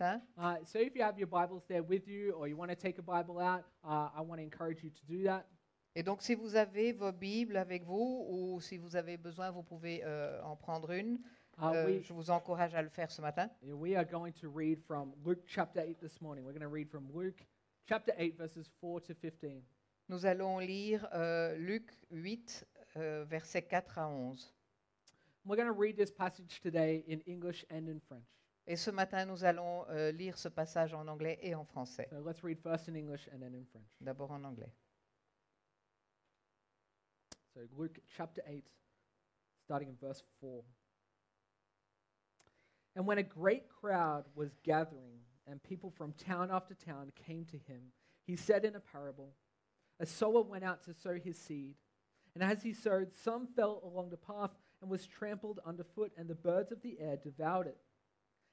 Hein? Uh, so if you have your Bibles there with you or you want to take a Bible out, uh, I want to encourage you to do that. Et donc, si vous avez vos Bibles avec vous ou si vous avez besoin, vous pouvez euh, en prendre une. Uh, Euh, je vous encourage à le faire ce matin. we, we are going to read from Luke chapter 8 this morning. We're going to read from Luke chapter 8, verses 4 to 15. Nous allons lire euh, Luc 8, euh, versets 4 à 11. We're going to read this passage today in English and in French. Et ce matin, nous allons euh, lire ce passage en anglais et en français. So let's read first in English and then in French. D'abord en anglais. So Luke chapter 8, starting in verse 4. And when a great crowd was gathering, and people from town after town came to him, he said in a parable A sower went out to sow his seed. And as he sowed, some fell along the path and was trampled underfoot, and the birds of the air devoured it.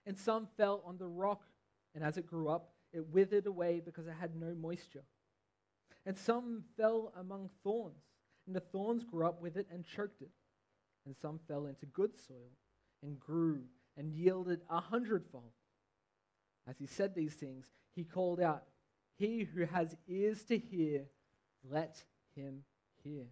And some fell on the rock, and as it grew up, it withered away because it had no moisture. And some fell among thorns, and the thorns grew up with it and choked it. And some fell into good soil, and grew and yielded a hundredfold. As he said these things, he called out, He who has ears to hear, let him hear.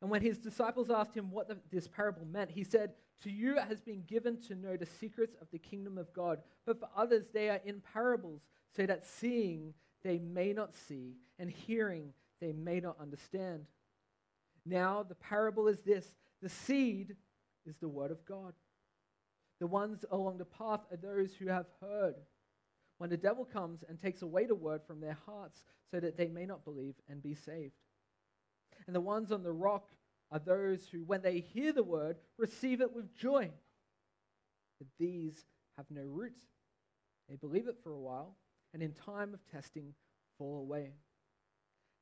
And when his disciples asked him what the, this parable meant, he said, To you it has been given to know the secrets of the kingdom of God, but for others they are in parables, so that seeing they may not see, and hearing they may not understand. Now the parable is this the seed is the word of God. The ones along the path are those who have heard. When the devil comes and takes away the word from their hearts, so that they may not believe and be saved. And the ones on the rock are those who, when they hear the word, receive it with joy. But these have no root. They believe it for a while, and in time of testing, fall away.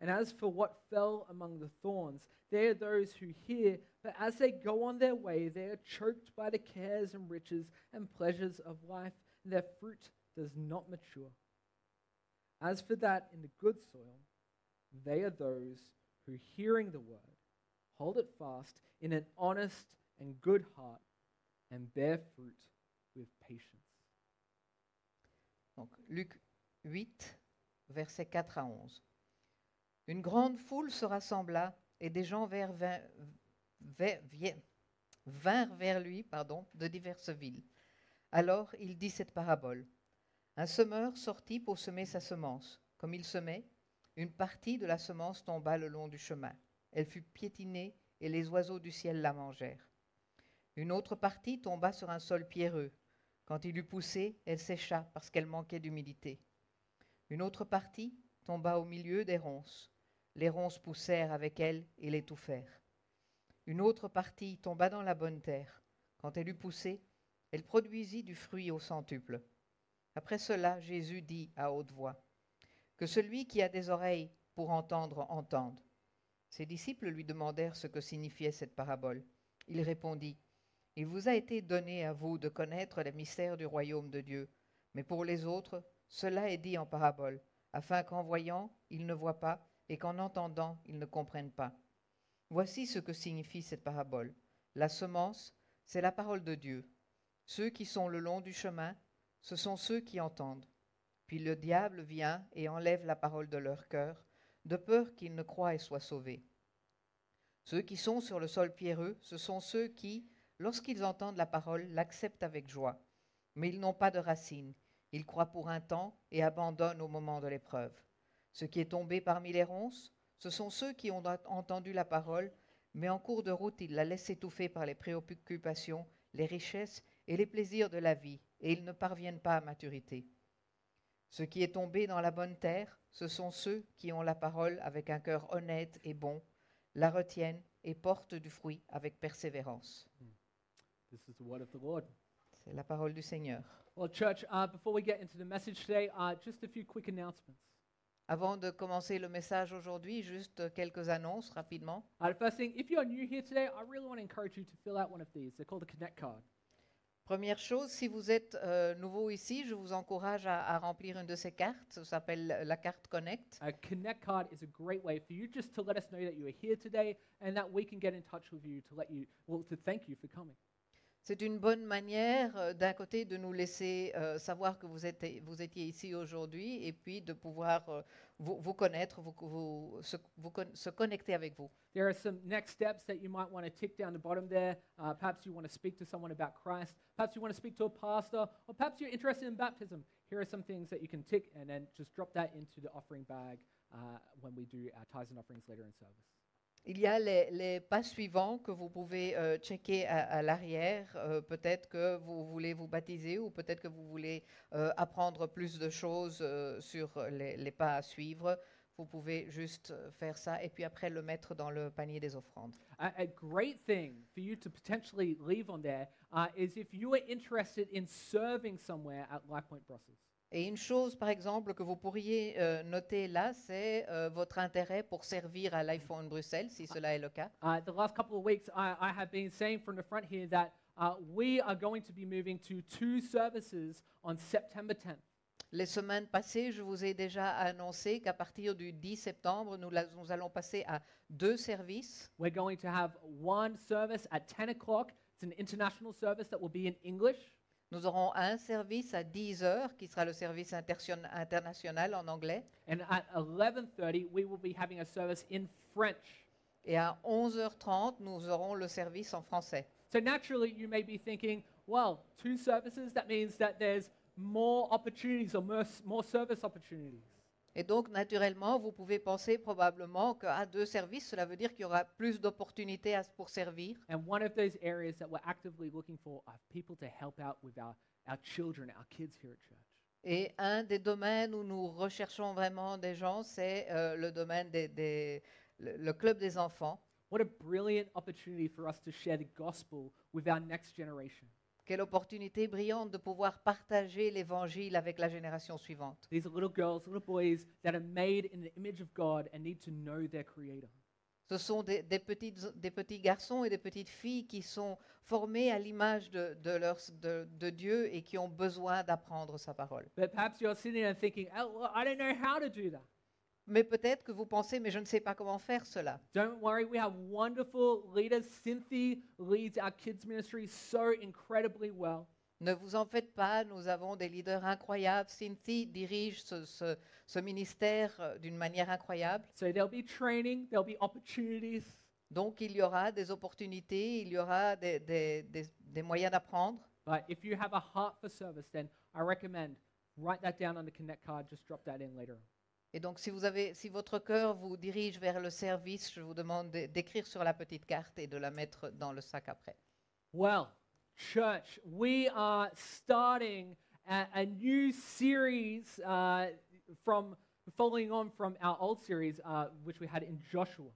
And as for what fell among the thorns, they are those who hear, but as they go on their way, they are choked by the cares and riches and pleasures of life, and their fruit does not mature. As for that in the good soil, they are those who, hearing the word, hold it fast in an honest and good heart and bear fruit with patience. Donc, Luc 8, versets 4 à 11. Une grande foule se rassembla et des gens vers- vin- ver- vie- vinrent vers lui pardon, de diverses villes. Alors il dit cette parabole. Un semeur sortit pour semer sa semence. Comme il semait, une partie de la semence tomba le long du chemin. Elle fut piétinée et les oiseaux du ciel la mangèrent. Une autre partie tomba sur un sol pierreux. Quand il eut poussé, elle sécha parce qu'elle manquait d'humidité. Une autre partie tomba au milieu des ronces. Les ronces poussèrent avec elle et l'étouffèrent. Une autre partie tomba dans la bonne terre. Quand elle eut poussé, elle produisit du fruit au centuple. Après cela, Jésus dit à haute voix, Que celui qui a des oreilles pour entendre entende. Ses disciples lui demandèrent ce que signifiait cette parabole. Il répondit, il vous a été donné à vous de connaître les mystères du royaume de Dieu, mais pour les autres, cela est dit en parabole, afin qu'en voyant, ils ne voient pas, et qu'en entendant, ils ne comprennent pas. Voici ce que signifie cette parabole. La semence, c'est la parole de Dieu. Ceux qui sont le long du chemin, ce sont ceux qui entendent. Puis le diable vient et enlève la parole de leur cœur, de peur qu'ils ne croient et soient sauvés. Ceux qui sont sur le sol pierreux, ce sont ceux qui, lorsqu'ils entendent la parole, l'acceptent avec joie. Mais ils n'ont pas de racines. Ils croient pour un temps et abandonnent au moment de l'épreuve. Ce qui est tombé parmi les ronces, ce sont ceux qui ont at- entendu la parole, mais en cours de route, ils la laissent étouffer par les préoccupations, les richesses et les plaisirs de la vie, et ils ne parviennent pas à maturité. Ce qui est tombé dans la bonne terre, ce sont ceux qui ont la parole avec un cœur honnête et bon, la retiennent et portent du fruit avec persévérance. This is the word of the Lord. C'est la parole du Seigneur. Well, church, uh, before we get into the message today, uh, just a few quick announcements. Avant de commencer le message aujourd'hui, juste quelques annonces rapidement. Uh, the first thing, if you're new here today, I really want to encourage you to fill out one of these. They're called a Connect card. Première chose, si vous êtes euh, nouveau ici, je vous encourage à, à remplir une de ces cartes. Ça s'appelle la carte Connect. A Connect card is a great way for you just to let us know that you are here today and that we can get in touch with you to let you, well, to thank you for coming. C'est une bonne manière, euh, d'un côté, de nous laisser euh, savoir que vous, êtes, vous étiez ici aujourd'hui et puis de pouvoir euh, vous, vous connaître, vous, vous- se, vous con- se connecter avec vous. There are some next steps that you might want to tick down the bottom there. Uh, perhaps you want to speak to someone about Christ. Perhaps you want to speak to a pastor, or perhaps you're interested in baptism. Here are some things that you can tick and then just drop that into the offering bag uh, when we do our tithes and offerings later in service. Il y a les, les pas suivants que vous pouvez euh, checker à, à l'arrière. Euh, peut-être que vous voulez vous baptiser ou peut-être que vous voulez euh, apprendre plus de choses euh, sur les, les pas à suivre. Vous pouvez juste euh, faire ça et puis après le mettre dans le panier des offrandes. A, a great thing for you to potentially leave on there uh, is if you are interested in serving somewhere at LifePoint Brussels. Et une chose, par exemple, que vous pourriez euh, noter là, c'est euh, votre intérêt pour servir à l'iPhone Bruxelles, si cela est le cas. Uh, the last couple of weeks, I, I have been saying from the front here that uh, we are going to be moving to two services on September 10th. Les semaines passées, je vous ai déjà annoncé qu'à partir du 10 septembre, nous, la- nous allons passer à deux services. We're going to have one service at 10 o'clock. It's an international service that will be in English. Nous aurons un service à 10 heures, qui sera le service intersion- international en anglais. And at 11.30, we will be having a service in French. Et à 11h30, nous aurons le service en français. So naturally, you may be thinking, well, two services, that means that there's more opportunities or more, s- more service opportunities. Et donc, naturellement, vous pouvez penser probablement qu'à deux services, cela veut dire qu'il y aura plus d'opportunités à- pour servir. And one of those areas that we're actively looking for are people to help out with our, our children, our kids here at church. Et un des domaines où nous recherchons vraiment des gens, c'est euh, le domaine des, des- le- le club des enfants. What a brilliant opportunity for us to share the gospel with our next generation. Quelle opportunité brillante de pouvoir partager l'évangile avec la génération suivante. These are little girls, little boys that are made in the image of God and need to know their Creator. Ce sont des, des petites- des petits garçons et des petites filles qui sont formés à l'image de, de leur- de- de Dieu et qui ont besoin d'apprendre sa parole. But perhaps you're sitting there thinking, oh, well, I don't know how to do that. Mais peut-être que vous pensez, mais je ne sais pas comment faire cela. Don't worry, we have wonderful leaders. Cynthia leads our kids' ministry so incredibly well. Ne vous en faites pas, nous avons des leaders incroyables. Cynthia dirige ce, ce- ce ministère euh, d'une manière incroyable. So there'll be training, there'll be opportunities. Donc il y aura des opportunités, il y aura des- des- des- des moyens d'apprendre. But if you have a heart for service, then I recommend write that down on the Connect card. Just drop that in later. Et donc, si, vous avez, si votre cœur vous dirige vers le service, je vous demande d'é- d'écrire sur la petite carte et de la mettre dans le sac après. Well, church, we are starting a, a new series uh, from following on from our old series, uh, which we had in Joshua.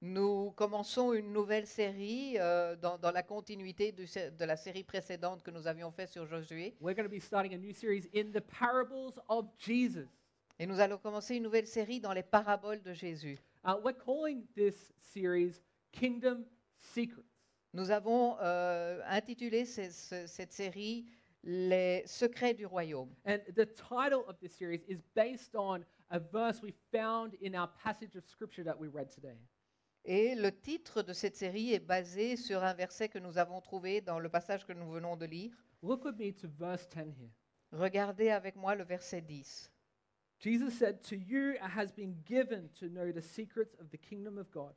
Nous commençons une nouvelle série euh, dans, dans la continuité du sé- de la série précédente que nous avions faite sur Josué. We're going to be starting a new series in the parables of Jesus. Et nous allons commencer une nouvelle série dans les paraboles de Jésus. Uh, we're calling this series Kingdom Secrets. Nous avons euh, intitulé ces- ce- cette série Les secrets du royaume. And the title of this series is based on a verse we found in our passage of scripture that we read today. Et le titre de cette série est basé sur un verset que nous avons trouvé dans le passage que nous venons de lire. Look with me to verse 10 here. Regardez avec moi le verset 10. Jesus said, To you it has been given to know the secrets of the kingdom of God,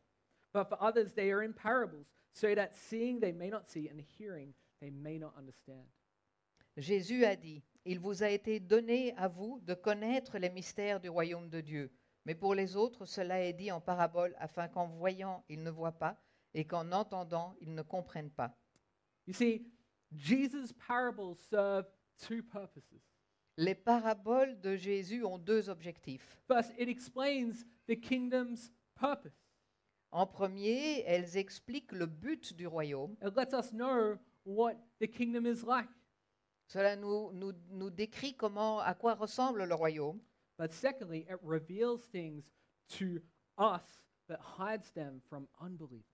but for others they are in parables, so that seeing they may not see, and hearing they may not understand. Jésus a dit, Il vous a été donné à vous de connaître les mystères du royaume de Dieu, mais pour les autres cela est dit en parabole, afin qu'en voyant ils ne voient pas, et qu'en entendant ils ne comprennent pas. You see, Jesus' parables serve two purposes. Les paraboles de Jésus ont deux objectifs. First, it explains the kingdom's purpose, En premier, elles expliquent le but du royaume. it lets us know what the kingdom is like. Cela nous, nous- nous décrit comment, à quoi ressemble le royaume. But secondly, it reveals things to us that hides them from unbelievers.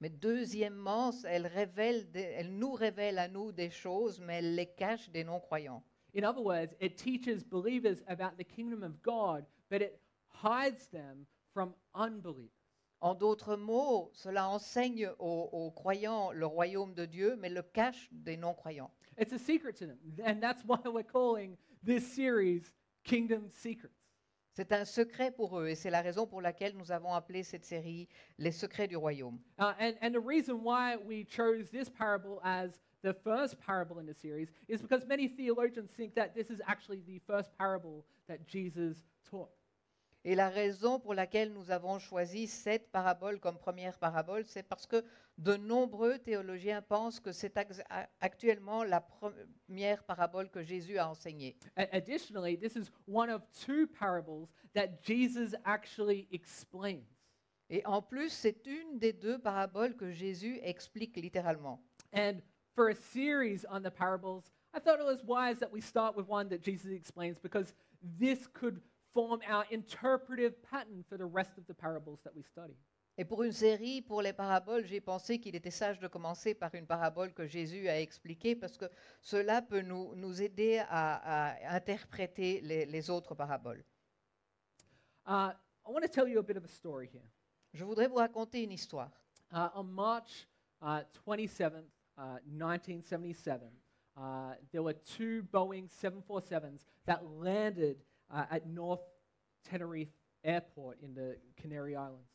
Mais deuxièmement, elle, révèle des- elle nous révèle à nous des choses, mais elle les cache des non-croyants. In other words, it teaches believers about the kingdom of God, but it hides them from unbelievers. En d'autres mots, cela enseigne aux, aux croyants le royaume de Dieu, mais le cache des non-croyants. It's a secret to them. And that's why we're calling this series Kingdom Secrets. C'est un secret pour eux et c'est la raison pour laquelle nous avons appelé cette série Les secrets du royaume. Uh, and, and the reason why we chose this parable as the first parable in the series is because many theologians think that this is actually the first parable that Jesus taught. Et la raison pour laquelle nous avons choisi cette parabole comme première parabole, c'est parce que de nombreux théologiens pensent que c'est ax- a- actuellement la première parabole que Jésus a enseignée. A- additionally, this is one of two parables that Jesus actually explains. Et en plus, c'est une des deux paraboles que Jésus explique littéralement. And for a series on the parables, I thought it was wise that we start with one that Jesus explains because this could form our interpretive pattern for the rest of the parables that we study. Et pour une série, pour les paraboles, j'ai pensé qu'il était sage de commencer par une parabole que Jésus a expliquée parce que cela peut nous, nous aider à, à interpréter les, les autres paraboles. Uh, I want to tell you a bit of a story here. Je voudrais vous raconter une histoire. Uh, on March uh, 27th, uh, 1977, uh, there were two Boeing 747s that landed uh, at North Tenerife Airport in the Canary Islands.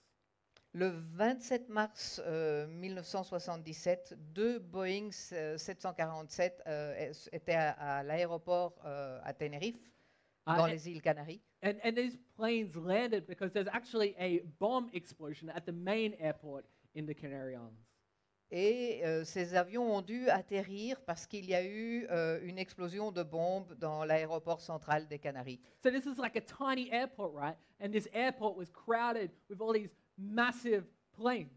Le 27 mars euh, 1977, deux Boeing euh, 747 euh, es- étaient à, à l'aéroport euh, à Tenerife, Uh, dans a- les îles Canaries. and, and these planes landed because there's actually a bomb explosion at the main airport in the Canary Islands. Et euh, ces avions ont dû atterrir parce qu'il y a eu euh, une explosion de bombes dans l'aéroport central des Canaries. So this is like a tiny airport, right? And this airport was crowded with all these massive planes.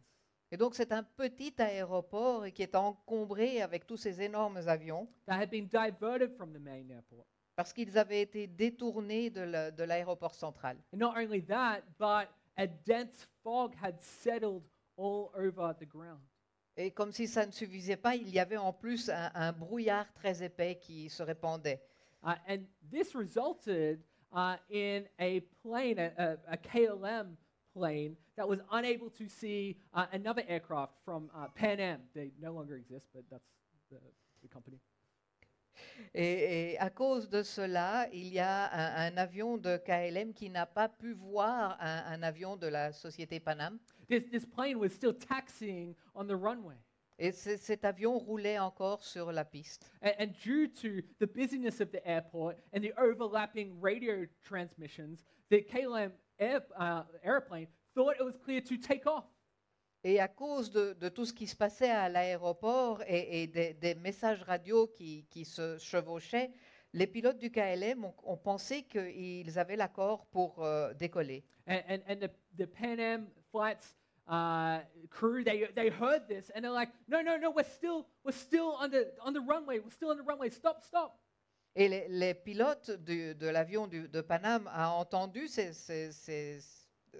Et donc c'est un petit aéroport qui est encombré avec tous ces énormes avions that had been diverted from the main airport. parce qu'ils avaient été détournés de la- de l'aéroport central. And not only that, but a dense fog had settled all over the ground. Et comme si ça ne suffisait pas, il y avait en plus un, un brouillard très épais qui se répandait. Uh, and this resulted uh, in a plane, a, a, a KLM plane, that was unable to see uh, another aircraft from uh, Pan Am. They no longer exist, but that's the, the company. Et, et à cause de cela, il y a un, un avion de KLM qui n'a pas pu voir un, un avion de la société Panam. This, this plane was still taxiing on the runway. Et c- cet avion roulait encore sur la piste. And, and due to the busyness of the airport and the overlapping radio transmissions, the KLM air, uh, airplane thought it was clear to take off. Et à cause de, de tout ce qui se passait à l'aéroport et, et des, des messages radio qui, qui se chevauchaient, les pilotes du KLM ont, ont pensé qu'ils avaient l'accord pour euh, décoller. And, and, and the, the Pan Am flights uh, crew, they, they heard this and they're like, no, no, no, we're still, we're still on, the, on the runway. We're still on the runway. Stop, stop. Et les, les pilotes du- de l'avion du- de Paname a entendu ces- ces- ces-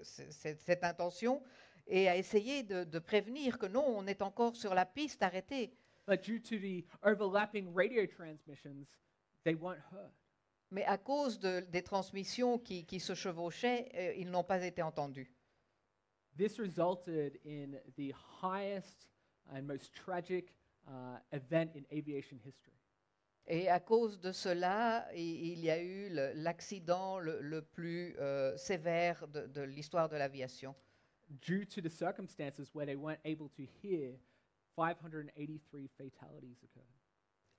ces- ces- cette intention et a essayé de, de prévenir que non, on est encore sur la piste, arrêtez. But due to the overlapping radio transmissions, they weren't heard. Mais à cause de- des transmissions qui, qui se chevauchaient, euh, ils n'ont pas été entendus. This resulted in the highest and most tragic uh, event in aviation history. Et à cause de cela, i- il y a eu le- l'accident le, le plus euh, sévère de- de l'histoire de l'aviation. due to the circumstances where they weren't able to hear, 583 fatalities occurred.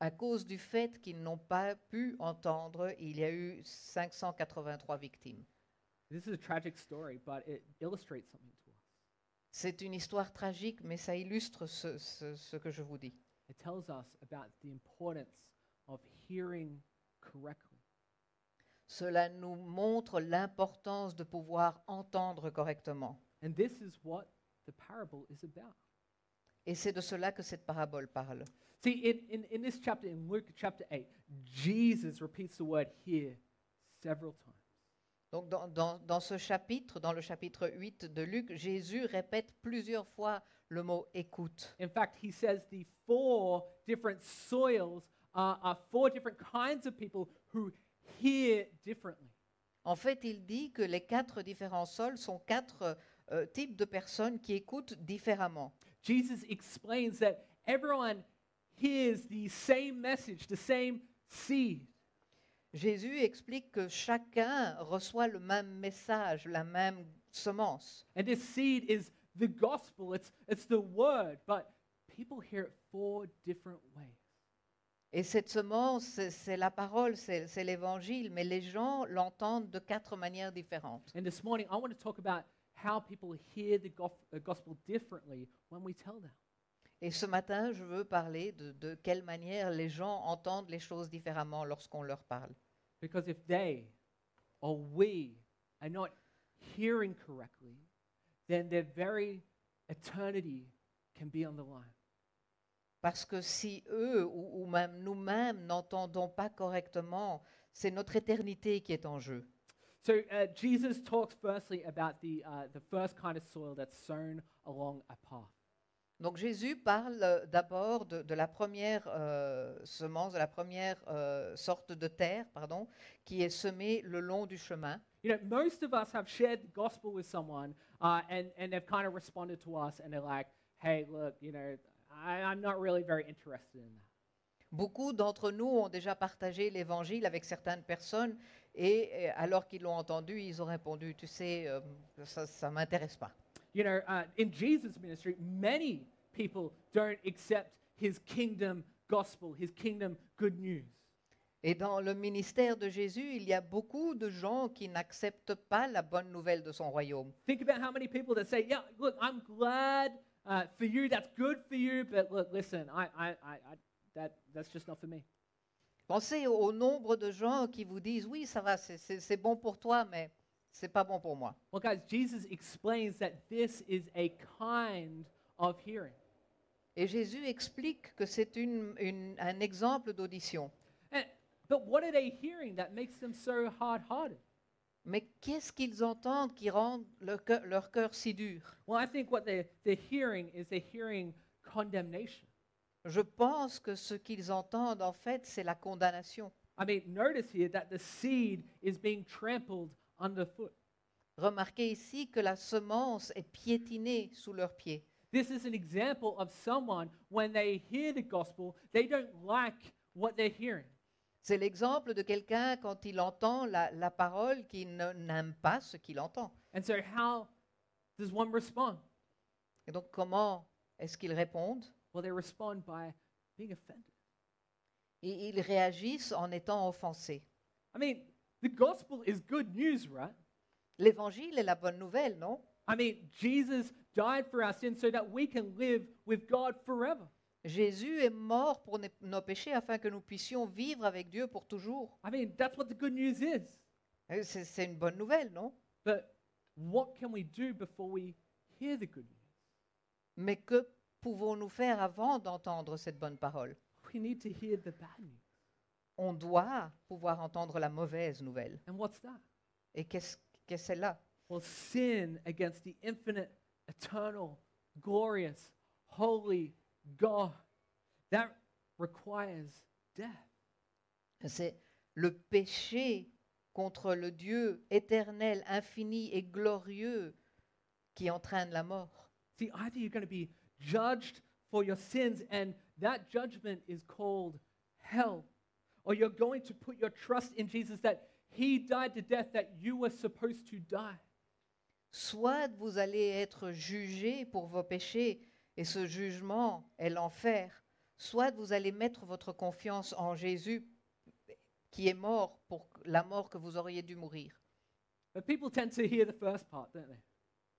À cause du fait qu'ils n'ont pas pu entendre, il y a eu 583 victimes. This is a tragic story, but it illustrates something to us. C'est une histoire tragique, mais ça illustre ce, ce- ce que je vous dis. It tells us about the importance of hearing correctly. Cela nous montre l'importance de pouvoir entendre correctement. And this is what the parable is about. Et c'est de cela que cette parabole parle. See, in, in, in this chapter, in Luke chapter 8, Jesus repeats the word hear several times. Donc dans, dans- dans ce chapitre, dans le chapitre 8 de Luc, Jésus répète plusieurs fois le mot écoute. In fact, he says the four different soils are, are four different kinds of people who hear differently. En fait, il dit que les quatre différents sols sont quatre euh, types de personnes qui écoutent différemment. Jesus explains that everyone hears the same message, the same seed. Jésus explique que chacun reçoit le même message, la même semence. And this seed is the gospel, it's, it's the word, but people hear it four different ways. Et cette semence, c'est- c'est la parole, c'est c'est l'évangile, mais les gens l'entendent de quatre manières différentes. And this morning, I want to talk about how people hear the gof- uh, gospel differently when we tell them. Et ce matin, je veux parler de, de quelle manière les gens entendent les choses différemment lorsqu'on leur parle. Because if they or we are not hearing correctly, then their very eternity can be on the line. Parce que si eux ou, ou même nous-mêmes n'entendons pas correctement, c'est notre éternité qui est en jeu. So uh, Jesus talks firstly about the, uh, the first kind of soil that's sown along a path. Donc Jésus parle euh, d'abord de, de la première euh, semence, de la première euh, sorte de terre, pardon, qui est semée le long du chemin. You know, most of us have shared the gospel with someone uh, and, and they've kind of responded to us and they're like, hey, look, you know, I, I'm not really very interested in that. Beaucoup d'entre nous ont déjà partagé l'évangile avec certaines personnes et euh, alors qu'ils l'ont entendu, ils ont répondu, tu sais, euh, ça ne m'intéresse pas. You know, uh, in Jesus' ministry, many people don't accept his kingdom gospel, his kingdom good news. Et dans le ministère de Jésus, il y a beaucoup de gens qui n'acceptent pas la bonne nouvelle de son royaume. Think about how many people that say, yeah, look, I'm glad uh, for you, that's good for you, but look, listen, I, I, I, I, that, that's just not for me. Pensez au au nombre de gens qui vous disent, oui, ça va, c'est- c'est c'est bon pour toi, mais c'est pas bon pour moi. Well, guys, Jesus explains that this is a kind of hearing. Et Jésus explique que c'est une- une- un exemple d'audition. And, but what are they hearing that makes them so hard hearted? Mais qu'est-ce qu'ils entendent qui rend leur cœur, leur cœur si dur Well, I think what they're, they're hearing is they're hearing condemnation. Je pense que ce qu'ils entendent, en fait, c'est la condamnation. I mean, notice here that the seed is being trampled underfoot. Remarquez ici que la semence est piétinée sous leurs pieds. This is an example of someone when they hear the gospel, they don't like what they're hearing. C'est l'exemple de quelqu'un quand il entend la, la parole qui ne- n'aime pas ce qu'il entend. And so, how does one respond? Et donc comment est-ce qu'ils répondent Well, they respond by being offended. Et Ils réagissent en étant offensés. I mean, the gospel is good news, right? L'évangile est la bonne nouvelle, non I mean, Jesus died for our sins so that we can live with God forever. Jésus est mort pour ne- nos péchés afin que nous puissions vivre avec Dieu pour toujours. I mean, that's what the good news is. Euh, C'est c'est une bonne nouvelle, non But what can we do before we hear the good news? Mais que pouvons-nous faire avant d'entendre cette bonne parole We need to hear the bad news. On doit pouvoir entendre la mauvaise nouvelle. And what's that? Et qu'est-ce que c'est là Well, sin against the infinite, eternal, glorious, holy God. That requires death. C'est le péché contre le Dieu éternel, infini et glorieux qui entraîne la mort. See, either you're going to be judged for your sins, and that judgment is called hell, or you're going to put your trust in Jesus that he died to death that you were supposed to die. Soit vous allez être jugé pour vos péchés, et ce jugement est l'enfer, soit vous allez mettre votre confiance en Jésus qui est mort pour la mort que vous auriez dû mourir. But people tend to hear the first part, don't they?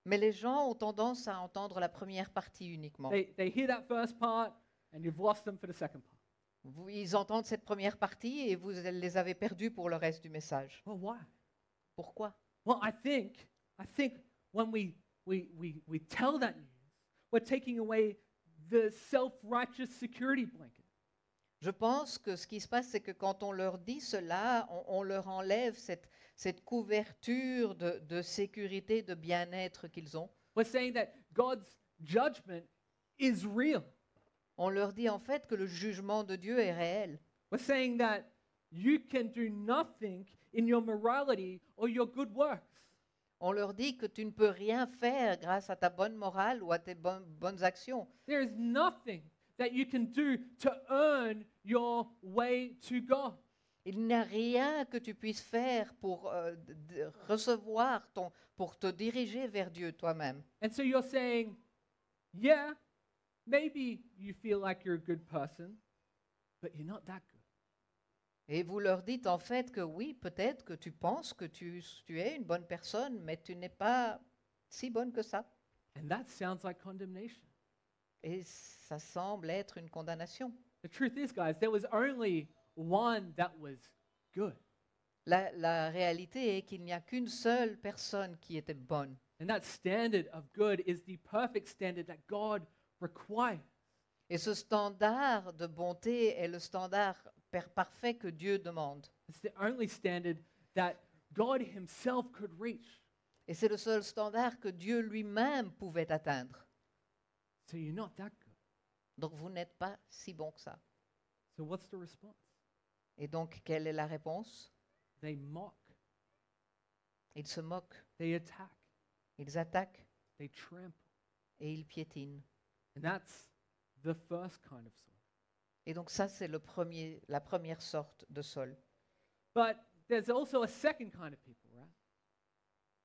Mais les gens ont tendance à entendre la première partie uniquement. They, they hear that first part, and you've lost them for the second part. Vous- Ils entendent cette première partie et vous les avez perdus pour le reste du message. Well, why? Pourquoi Well, I think, I think when we, we, we, we tell that news, we're taking away the self righteous security blanket. Je pense que ce qui se passe, c'est que quand on leur dit cela, on, on leur enlève cette, cette couverture de, de sécurité, de bien-être qu'ils ont. We're saying that God's judgment is real. On leur dit en fait que le jugement de Dieu est réel. We're saying that you can do nothing in your morality or your good works. On leur dit que tu ne peux rien faire grâce à ta bonne morale ou à tes bon- bonnes actions. There is nothing that you can do to earn your way to God. Il n'y a rien que tu puisses faire pour euh, d- d- recevoir ton, pour te diriger vers Dieu toi-même. And so you're saying, yeah, maybe you feel like you're a good person, but you're not that good. Et vous leur dites en fait que oui, peut-être que tu penses que tu, tu es une bonne personne, mais tu n'es pas si bonne que ça. And that sounds like condemnation. Et ça semble être une condamnation. The truth is, guys, there was only one that was good, La, la réalité est qu'il n'y a qu'une seule personne qui était bonne. and that standard of good is the perfect standard that God requires. Et ce standard de bonté est le standard per- parfait que Dieu demande. It's the only standard that God Himself could reach. Et c'est le seul standard que Dieu lui-même pouvait atteindre. So you're not that good. Donc vous n'êtes pas si bon que ça. So what's the response? Et donc quelle est la réponse They mock, Ils se moquent, they attack, ils attaquent they trample. et ils piétinent. And that's the first kind of soil. Et donc ça, c'est le premier, la première sorte de sol. But there's also a second kind of people, right?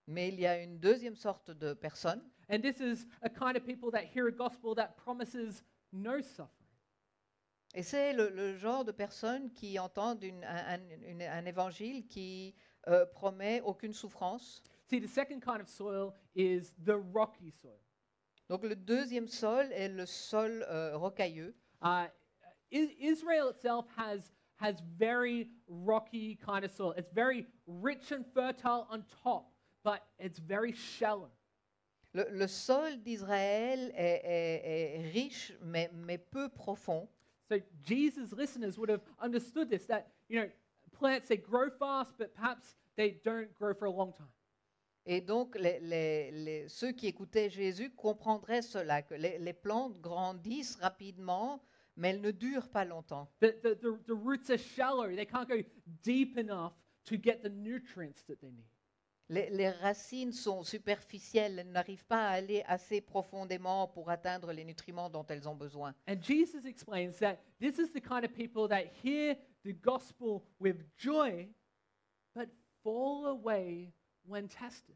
Mais il y a une deuxième sorte de personnes. And this is a kind of people that hear a gospel that promises no suffering. Et c'est le, le genre de personnes qui entendent une- un, un- une- un évangile qui euh, promet aucune souffrance. See, the second kind of soil is the rocky soil. Donc le deuxième sol est le sol euh, rocailleux. Uh, I- Israel itself has, has very rocky kind of soil. It's very rich and fertile on top, but it's very shallow. Le, le sol d'Israël est, est- est riche mais, mais peu profond. So Jesus' listeners would have understood this that, you know, plants, they grow fast, but perhaps they don't grow for a long time. Et donc les, les- les- ceux qui écoutaient Jésus comprendraient cela, que les, les plantes grandissent rapidement mais elles ne durent pas longtemps. The, the, the, the roots are shallow. They can't go deep enough to get the nutrients that they need. Les, les racines sont superficielles, elles n'arrivent pas à aller assez profondément pour atteindre les nutriments dont elles ont besoin. And Jesus explains that this is the kind of people that hear the gospel with joy, but fall away when tested.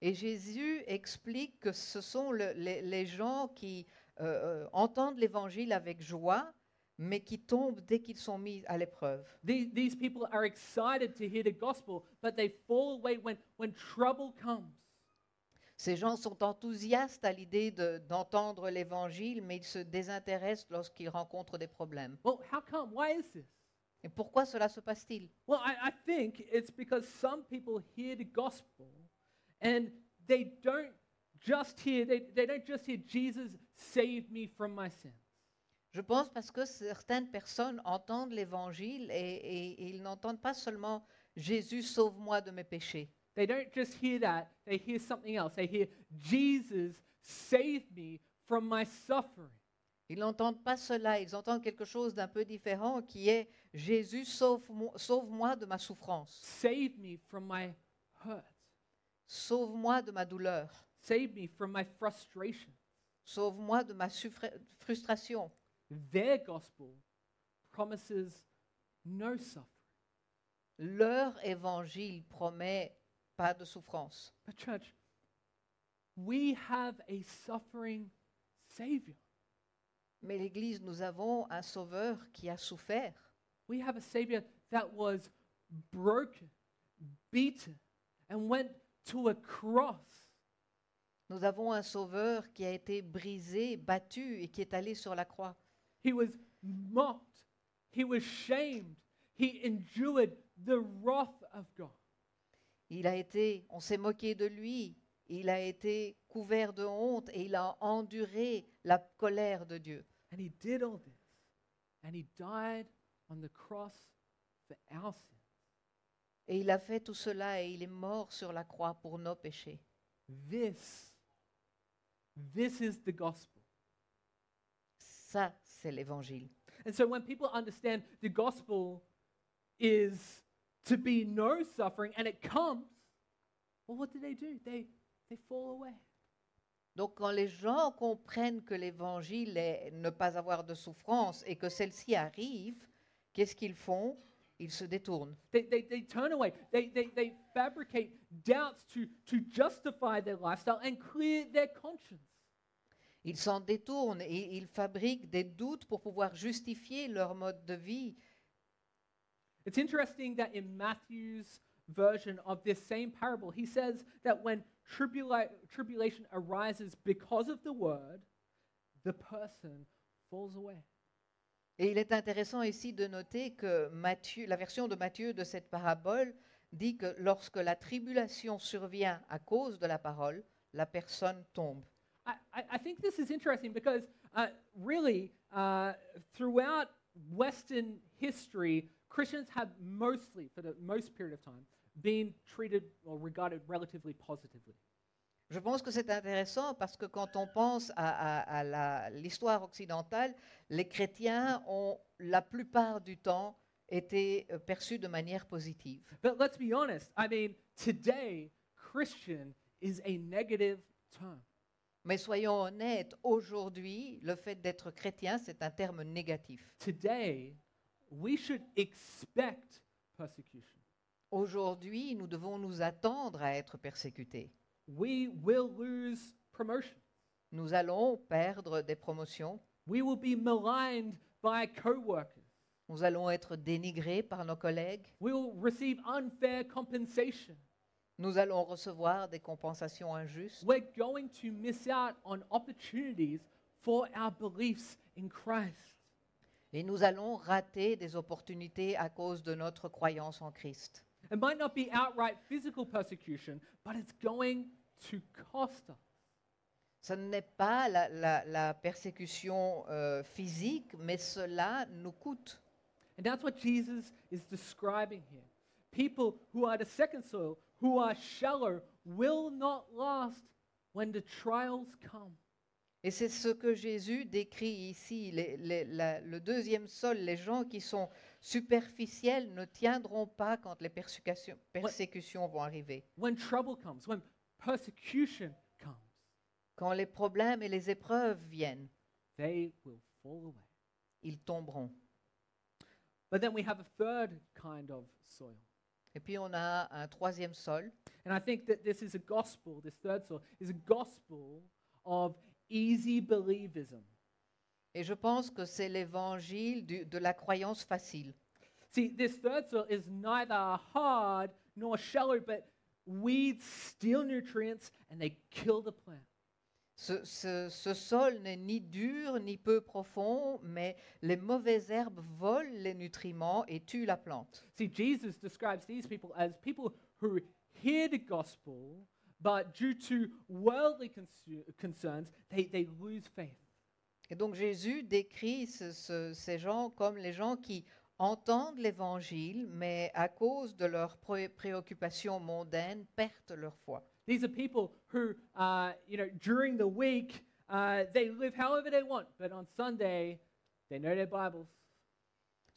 Et Jésus explique que ce sont le- les, les gens qui euh, euh, entendent l'évangile avec joie, mais qui tombent dès qu'ils sont mis à l'épreuve. These, these people are excited to hear the gospel, but they fall away when, when trouble comes. Ces gens sont enthousiastes à l'idée de- d'entendre l'évangile, mais ils se désintéressent lorsqu'ils rencontrent des problèmes. Well, how come? Why is this? Et pourquoi cela se passe-t-il Well, I, I think it's because some people hear the gospel and they don't just hear, they, they don't just hear Jesus save me from my sin. Je pense parce que certaines personnes entendent l'évangile et, et- et ils n'entendent pas seulement Jésus sauve-moi de mes péchés. They don't just hear that, they hear something else. They hear Jesus save me from my suffering. Ils n'entendent pas cela, ils entendent quelque chose d'un peu différent qui est Jésus sauve-moi sauve-moi de ma souffrance, Save me from my hurt. sauve-moi de ma douleur, Save me from my frustration. sauve-moi de ma suffra- frustration. Their gospel promises no suffering, Leur évangile promet pas de souffrance. But, church, we have a suffering Savior. Mais l'Église, nous avons un sauveur qui a souffert. We have a Savior that was broken, beaten, and went to a cross Nous avons un sauveur qui a été brisé, battu et qui est allé sur la croix. He was mocked. He was shamed. He endured the wrath of God. Il a été, on s'est moqué de lui, il a été couvert de honte et il a enduré la colère de Dieu. And he did all this. And he died on the cross for our sin. Et il a fait tout cela et il est mort sur la croix pour nos péchés. This, this is the gospel. Ça, c'est l'évangile. And so when people understand the gospel is to be no suffering and it comes, Well, what do they do? They, they fall away. Donc quand les gens comprennent que l'évangile est ne pas avoir de souffrance et que celle-ci arrive, qu'est-ce qu'ils font Ils se détournent. They, they, they turn away. They, they, they fabricate doubts to, to justify their lifestyle and clear their conscience. Ils s'en détournent et ils fabriquent des doutes pour pouvoir justifier leur mode de vie. It's interesting that in Matthew's version of this same parable, he says that when tribula- tribulation arises because of the word, the person falls away. Et il est intéressant ici de noter que Matthieu, la version de Matthieu de cette parabole dit que lorsque la tribulation survient à cause de la parole, la personne tombe. I, I- I think this is interesting because uh, really, uh, throughout Western history, Christians have mostly, for the most period of time, been treated or regarded relatively positively. Je pense que c'est intéressant parce que quand on pense à, à- à la- l'histoire occidentale, les chrétiens ont la plupart du temps été euh, perçus de manière positive. But let's be honest, I mean, today, Christian is a negative term. Mais soyons honnêtes, aujourd'hui, le fait d'être chrétien, c'est un terme négatif. Today, we should expect persecution. Aujourd'hui, nous devons nous attendre à être persécutés. We will lose promotion. Nous allons perdre des promotions, We will be maligned by coworkers. nous allons être dénigrés par nos collègues, We will receive unfair compensation. nous allons recevoir des compensations injustes. We're going to miss out on opportunities for our beliefs in Christ. Et nous allons rater des opportunités à cause de notre croyance en Christ. It might not be outright physical persecution, but it's going to cost us. Ce n'est pas la, la- la persécution euh, physique, mais cela nous coûte. And that's what Jesus is describing here. People who are the second soil, who are shallow, will not last when the trials come. Et c'est ce que Jésus décrit ici. Les- les- la- le deuxième sol, les gens qui sont superficiels ne tiendront pas quand les persécutions- persécutions vont arriver. When trouble comes, when persecution comes, Quand les problèmes et les épreuves viennent, they will fall away. ils tomberont. But then we have a third kind of soil. Et puis on a un troisième sol, And I think that this is a gospel, this third soil, is a gospel of easy believism. Et je pense que c'est l'évangile du- de la croyance facile. See, this third soil is neither hard nor shallow, but weeds steal nutrients and they kill the plant. Ce, ce- ce sol n'est ni dur ni peu profond, mais les mauvaises herbes volent les nutriments et tuent la plante. See, Jesus describes these people as people who hear the gospel, but due to worldly consu- concerns, they, they lose faith. Et donc Jésus décrit ce- ce- ces gens comme les gens qui entendent l'évangile, mais à cause de leurs pré- préoccupations mondaines, perdent leur foi. These are people who, uh, you know, during the week, uh, they live however they want, but on Sunday, they know their Bibles.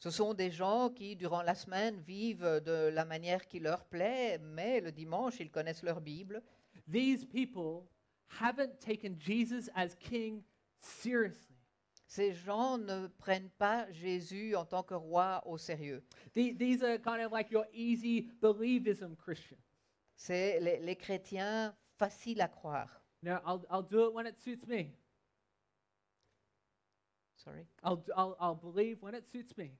Ce sont des gens qui, durant la semaine, vivent de la manière qui leur plaît, mais le dimanche, ils connaissent leur Bible. These people haven't taken Jesus as king seriously. Ces gens ne prennent pas Jésus en tant que roi au sérieux. The- these are kind of like your easy believism Christian. C'est les, les chrétiens faciles à croire. You know, I'll, I'll do it when it suits me. Sorry. I'll, d- I'll, I'll believe when it suits me.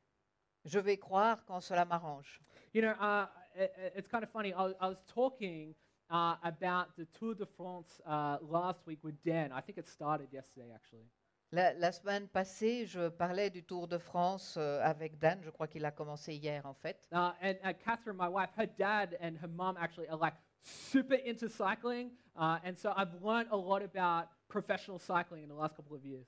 Je vais croire quand cela m'arrange. You know, uh, it, it's kind of funny. I, was- I was talking uh, about the Tour de France uh, last week with Dan. I think it started yesterday, actually. La, la semaine passée, je parlais du Tour de France euh, avec Dan. Je crois qu'il a commencé hier, en fait. Uh, and uh, Catherine, my wife, her dad and her mom actually are like super into cycling. Uh, and so I've learned a lot about professional cycling in the last couple of years.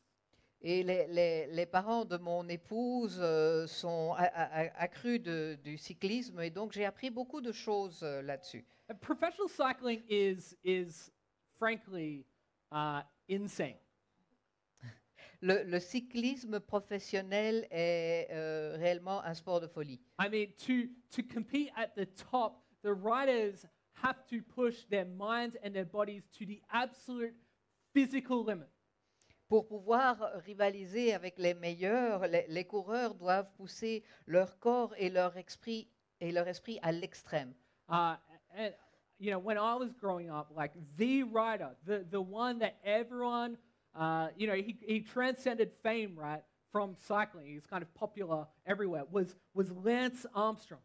Et les, les- les parents de mon épouse euh, sont a- a- a- accrus de- du cyclisme. Et donc, j'ai appris beaucoup de choses euh, là-dessus. And Uh, professional cycling is, is frankly, uh, insane. Le, le cyclisme professionnel est euh, réellement un sport de folie. I mean, to, to compete at the top, the riders have to push their minds and their bodies to the absolute physical limit. Pour pouvoir rivaliser avec les meilleurs, les, les coureurs doivent pousser leur corps et leur esprit, et leur esprit à l'extrême. Uh, and you know, when I was growing up, like the writer, the the one that everyone, uh, you know, he, he transcended fame, right, from cycling. He's kind of popular everywhere. Was was Lance Armstrong?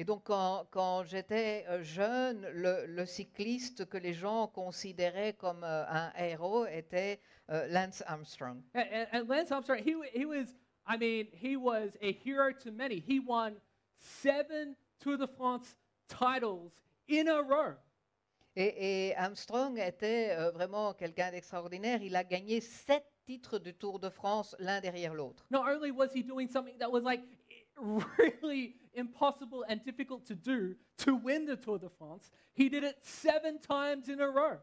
Et donc, quand, quand j'étais euh, jeune, le, le cycliste que les gens considéraient comme euh, un héros était euh, Lance Armstrong. And, and, and Lance Armstrong, he wa- he was, I mean, he was a hero to many. He won seven Tour de France titles in a row. Et, et Armstrong était euh, vraiment quelqu'un d'extraordinaire. Il a gagné sept titres du Tour de France l'un derrière l'autre. Not only was he doing something that was like really impossible and difficult to do to win the Tour de France, he did it seven times in a row.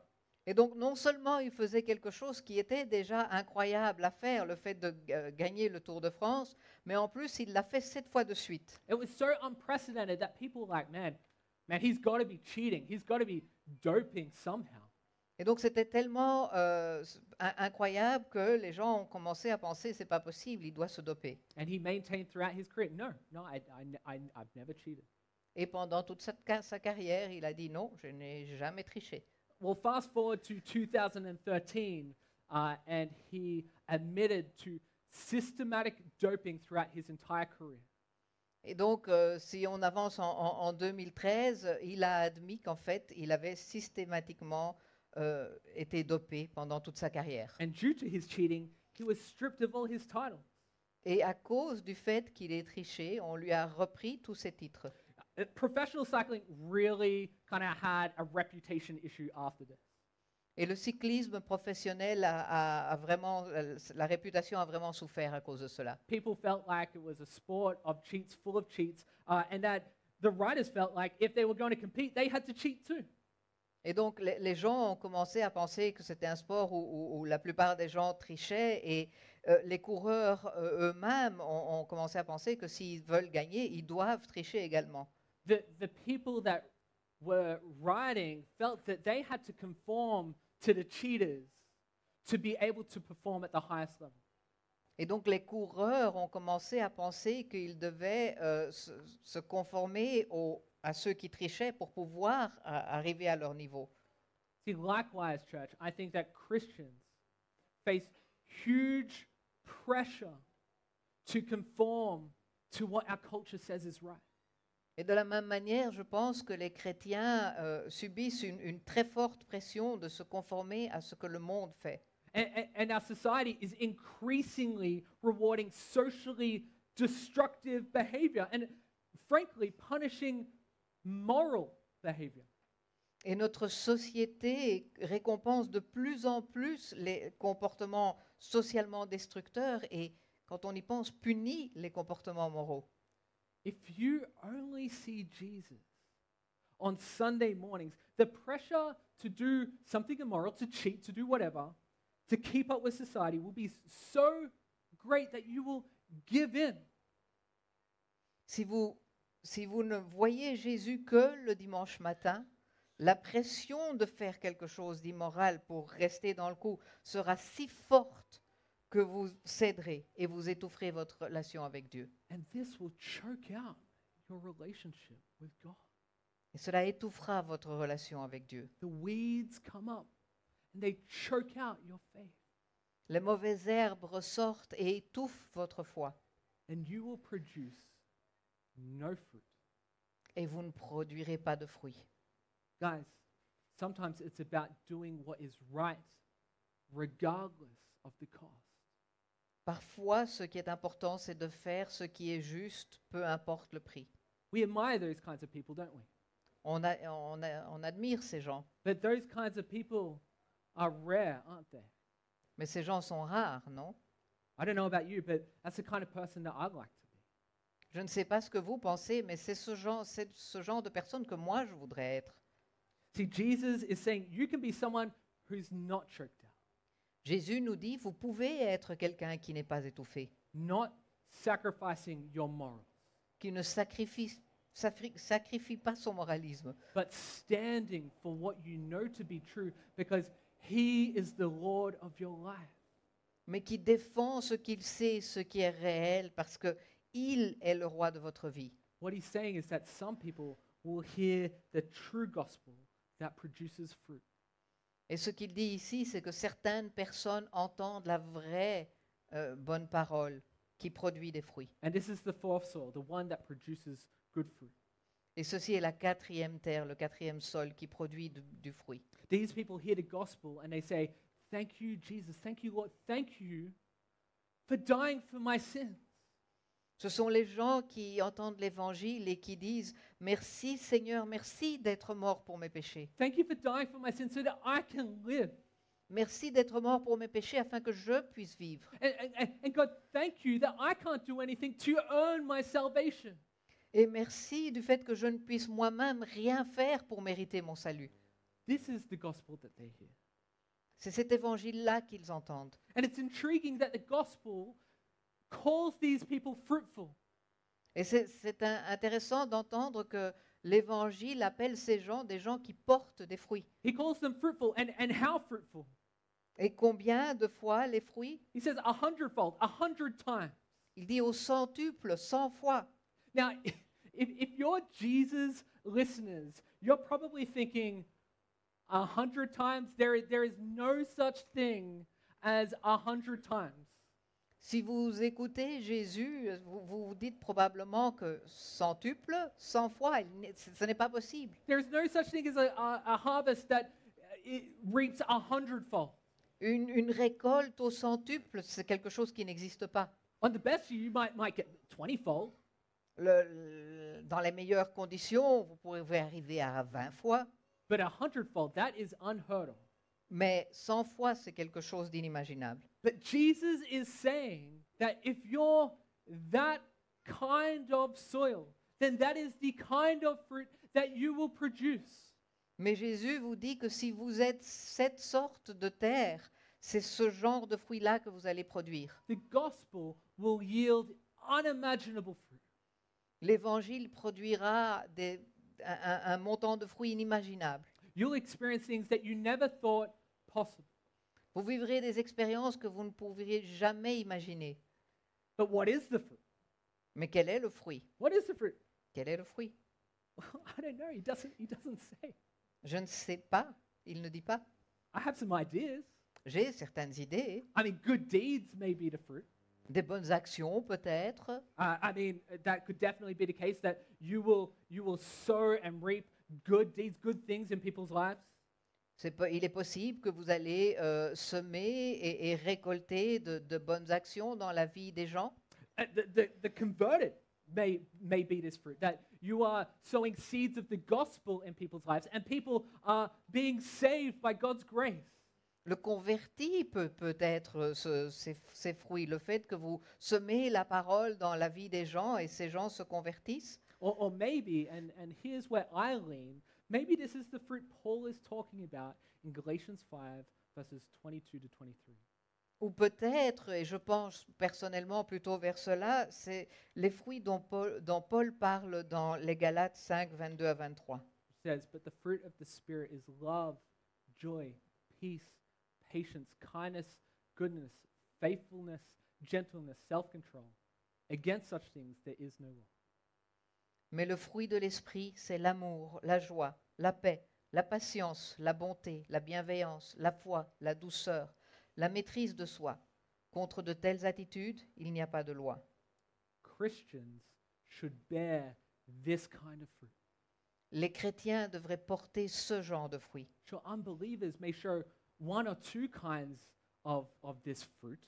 Et donc, non seulement il faisait quelque chose qui était déjà incroyable à faire, le fait de euh, gagner le Tour de France, mais en plus, il l'a fait sept fois de suite. It was so unprecedented that people were like, man, man, he's got to be cheating. He's got to be doping somehow. Et donc c'était tellement euh, s- in- incroyable que les gens ont commencé à penser c'est pas possible, il doit se doper. And he maintained throughout his career, no, no, I, I, I, I've never cheated. Et pendant toute sa, ca- sa carrière, il a dit non, je n'ai jamais triché. Well, fast forward to 2013, uh, and he admitted to systematic doping throughout his entire career. Et donc euh, si on avance en, en- en 2013, il a admis qu'en fait il avait systématiquement euh, été dopé pendant toute sa carrière. And due to his cheating, he was stripped of all his titles. Et à cause du fait qu'il ait triché, on lui a repris tous ses titres. Uh, Professional cycling really kind of had a reputation issue after this. Et le cyclisme professionnel a- a- a vraiment, euh, la réputation a vraiment souffert à cause de cela. People felt like it was a sport of cheats, full of cheats, uh, and that the riders felt like if they were going to compete, they had to cheat too. Et donc, les, les gens ont commencé à penser que c'était un sport où, où- où la plupart des gens trichaient et euh, les coureurs euh, eux-mêmes ont, ont commencé à penser que s'ils veulent gagner, ils doivent tricher également. The, the people that were riding felt that they had to conform to the cheaters to be able to perform at the highest level. Et donc, les coureurs ont commencé à penser qu'ils devaient euh, se, se conformer au- à ceux qui trichaient pour pouvoir a- arriver à leur niveau. See, likewise, church, I think that Christians face huge pressure to conform to what our culture says is right. Et de la même manière, je pense que les chrétiens euh, subissent une- une très forte pression de se conformer à ce que le monde fait. And, and, and our society is increasingly rewarding socially destructive behavior and, frankly, punishing moral behavior. Et notre société récompense de plus en plus les comportements socialement destructeurs et, quand on y pense, punit les comportements moraux. If you only see Jesus on Sunday mornings, the pressure to do something immoral, to cheat, to do whatever, to keep up with society will be so great that you will give in. Si vous, si vous ne voyez Jésus que le dimanche matin, la pression de faire quelque chose d'immoral pour rester dans le coup sera si forte que vous céderez et vous étoufferez votre relation avec Dieu. And this will choke out your relationship with God. Et cela étouffera votre relation avec Dieu. The weeds come up and they choke out your faith. Les mauvaises herbes ressortent et étouffent votre foi. And you will produce no fruit. et vous ne produirez pas de fruits. Guys, sometimes it's about doing what is right, regardless of the cost. Parfois, ce qui est important, c'est de faire ce qui est juste, peu importe le prix. We admire those kinds of people, don't we? On, a- on a- on admire ces gens, But those kinds of people are rare, aren't they? mais ces gens sont rares, non I don't know about you, but that's the kind of person that I'd like to be. Je ne sais pas ce que vous pensez, mais c'est ce genre, c'est ce genre de personne que moi, je voudrais être. See, Jesus is saying you can be someone who's not choked out, Jésus nous dit, vous pouvez être quelqu'un qui n'est pas étouffé, not sacrificing your morals, qui ne sacrifie, safri- sacrifie pas son moralisme, but standing for what you know to be true because he is the Lord of your life. mais qui défend ce qu'il sait, ce qui est réel, parce que il est le roi de votre vie. What he's saying is that some people will hear the true gospel that produces fruit. Et ce qu'il dit ici, c'est que certaines personnes entendent la vraie euh, bonne parole qui produit des fruits. And this is the fourth soil, the one that produces good fruit. Et ceci est la quatrième terre, le quatrième sol qui produit du- du fruit. These people hear the gospel and they say, Thank you, Jesus. Thank you, Lord. Thank you for dying for my sins. Ce sont les gens qui entendent l'évangile et qui disent Merci Seigneur, merci d'être mort pour mes péchés. Thank you for dying for my sins so that I can live. Merci d'être mort pour mes péchés afin que je puisse vivre. And, and- and, and God, thank you that I can't do anything to earn my salvation. Et merci du fait que je ne puisse moi-même rien faire pour mériter mon salut. This is the gospel that they hear. C'est cet évangile-là qu'ils entendent. And it's intriguing that the gospel calls these people fruitful. Et c'est- c'est un- intéressant d'entendre que l'évangile appelle ces gens des gens qui portent des fruits. He calls them fruitful. And, and how fruitful? Et combien de fois les fruits He says a hundredfold, a hundred times. Il dit au centuple, cent fois. Now, if, if you're Jesus listeners, you're probably thinking a hundred times, there, there is no such thing as a hundred times. Si vous écoutez Jésus, euh, vous vous, vous dites probablement que centuple, cent fois, il n'est- ce ce n'est pas possible. There's no such thing as a, a, a harvest that uh, it reaps a hundredfold. Une, une récolte au centuple, c'est quelque chose qui n'existe pas. On the best, you might, might get 20-fold. Le- le- dans les meilleures conditions, vous pouvez arriver à 20 fois, But a hundredfold, that is unheard of. mais 100 fois, c'est quelque chose d'inimaginable. But Jesus is saying that if you're that kind of soil, then that is the kind of fruit that you will produce. Mais Jésus vous dit que si vous êtes cette sorte de terre, c'est ce genre de fruits-là que vous allez produire. The gospel will yield unimaginable fruit. L'évangile produira des- un- un- un montant de fruits inimaginable. You'll experience things that you never thought possible. Vous vivrez des expériences que vous ne pourriez jamais imaginer. But what is the fruit? Mais quel est le fruit What is the fruit? Quel est le fruit I don't know. He doesn't, he doesn't say. Je ne sais pas. Il ne dit pas. I have some ideas. J'ai certaines idées, I mean, good deeds may be the fruit. des bonnes actions peut-être. Uh, I mean, uh, that could definitely be the case that you will you will sow and reap good deeds, good things in people's lives. C'est po- il est possible que vous allez euh, semer et, et récolter de, de bonnes actions dans la vie des gens. Uh, the, the, the converted may may be this fruit that you are sowing seeds of the gospel in people's lives, and people are being saved by God's grace. Le converti peut, peut être euh, ce- ces, ces fruits, le fait que vous semez la parole dans la vie des gens et ces gens se convertissent. Or, or maybe, and, and here's where I lean, maybe this is the fruit Paul is talking about in Galatians 5, verses 22 to 23. Ou peut-être, et je pense personnellement plutôt vers cela, c'est les fruits dont Paul, dont Paul parle dans les Galates 5, 22 à 23. It says, But the fruit of the Spirit is love, joy, peace, patience, kindness, goodness, faithfulness, gentleness, self control. Against such things there is no law. Mais le fruit de l'esprit, c'est l'amour, la joie, la paix, la patience, la bonté, la bienveillance, la foi, la douceur, la maîtrise de soi. Contre de telles attitudes, il n'y a pas de loi. Christians should bear this kind of fruit. Les chrétiens devraient porter ce genre de fruits. Sure, unbelievers may show one or two kinds of, of this fruit,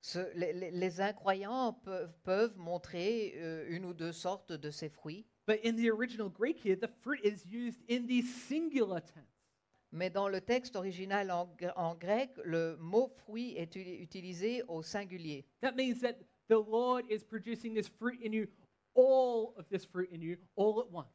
Ce- les, les- les incroyants peuvent, peuvent montrer euh, une ou deux sortes de ces fruits, but in the original Greek here, the fruit is used in the singular tense. mais dans le texte original en, gr- en grec, le mot fruit est u- utilisé au singulier. That means that the Lord is producing this fruit in you, all of this fruit in you, all at once.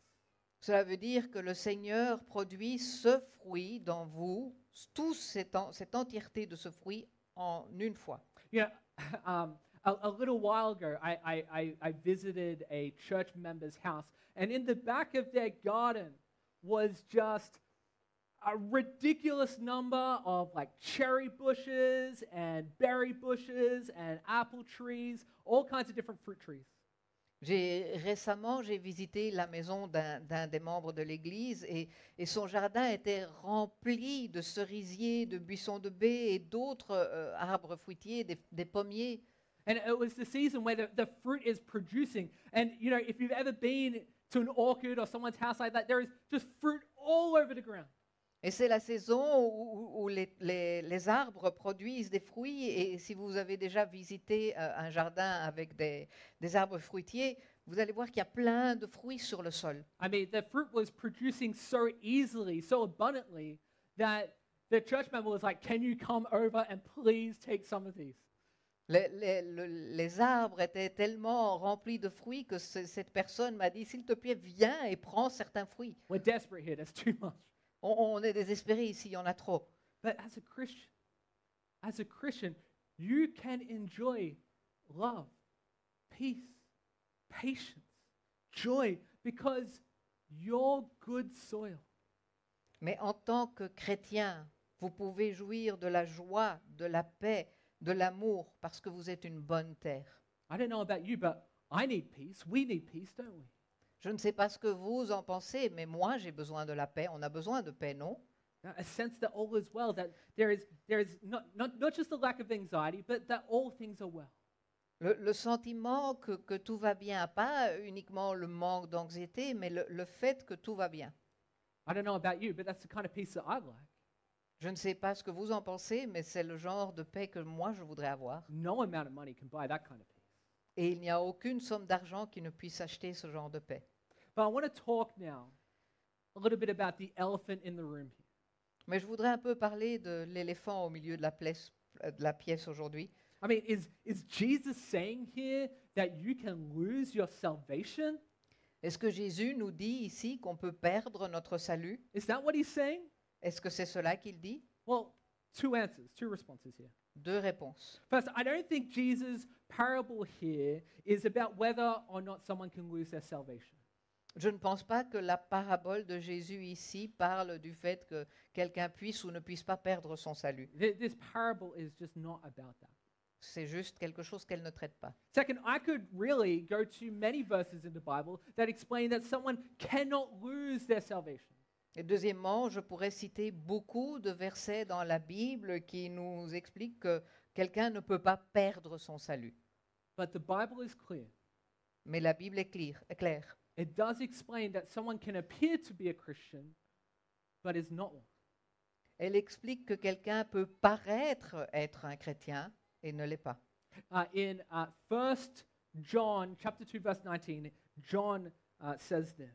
Cela veut dire que le Seigneur produit ce fruit dans vous, toute cette, en- cette entièreté de ce fruit en une fois. You know, um, A, a little while ago, I, I, I, I visited a church member's house, and in the back of their garden was just a ridiculous number of like cherry bushes and berry bushes and apple trees, all kinds of different fruit trees. J'ai- récemment, j'ai visité la maison d'un d'un des membres de l'Église et, et son jardin était rempli de cerisiers, de buissons de baies et d'autres euh, arbres fruitiers, des, des pommiers. And it was the season where the, the fruit is producing. And, you know, if you've ever been to an orchard or someone's house like that, there is just fruit all over the ground. Et c'est la saison où, où- où les, les- les arbres produisent des fruits. Et si vous avez déjà visité euh, un jardin avec des, des arbres fruitiers, vous allez voir qu'il y a plein de fruits sur le sol. I mean, the fruit was producing so easily, so abundantly, that the church member was like, Can you come over and please take some of these? Les, les- le- les arbres étaient tellement remplis de fruits que ce- cette personne m'a dit, s'il te plaît, viens et prends certains fruits. We're desperate here, that's too much. On, on est désespérés ici, il y en a trop. But as a Christian, as a Christian, you can enjoy love, peace, patience, joy, because you're good soil. Mais en tant que chrétien, vous pouvez jouir de la joie, de la paix, de l'amour, parce que vous êtes une bonne terre. I don't know about you, but I need peace. We need peace, don't we? Je ne sais pas ce que vous en pensez, mais moi j'ai besoin de la paix. On a besoin de paix, non A- A sense that all is well, that there is, there is not, not, not just a lack of anxiety, but that all things are well. le, le sentiment que, que tout va bien, pas uniquement le manque d'anxiété, mais le, le fait que tout va bien. I don't know about you, but that's the kind of peace that I like. Je ne sais pas ce que vous en pensez, mais c'est le genre de paix que moi je voudrais avoir. No amount of money can buy that kind of peace. Et il n'y a aucune somme d'argent qui ne puisse acheter ce genre de paix. But I want to talk now a little bit about the elephant in the room here. Mais je voudrais un peu parler de l'éléphant au milieu de la pièce, de la pièce aujourd'hui. I mean, is, is Jesus saying here that you can lose your salvation? Est-ce que Jésus nous dit ici qu'on peut perdre notre salut Is that what he's saying? Est-ce que c'est cela qu'il dit Well, two answers, two responses here. Deux réponses. First, I don't think Jesus' parable here is about whether or not someone can lose their salvation. Je ne pense pas que la parabole de Jésus ici parle du fait que quelqu'un puisse ou ne puisse pas perdre son salut. Th- This parable is just not about that. C'est juste quelque chose qu'elle ne traite pas. Second, I could really go to many verses in the Bible that explain that someone cannot lose their salvation. Et deuxièmement, je pourrais citer beaucoup de versets dans la Bible qui nous expliquent que quelqu'un ne peut pas perdre son salut. But the Bible is clear. Mais la Bible est claire. est claire. It does explain that someone can appear to be a Christian, but is not one. Elle explique que quelqu'un peut paraître être un chrétien et ne l'est pas. Uh, in uh, 1 John chapter 2, verse 19, John uh, says this.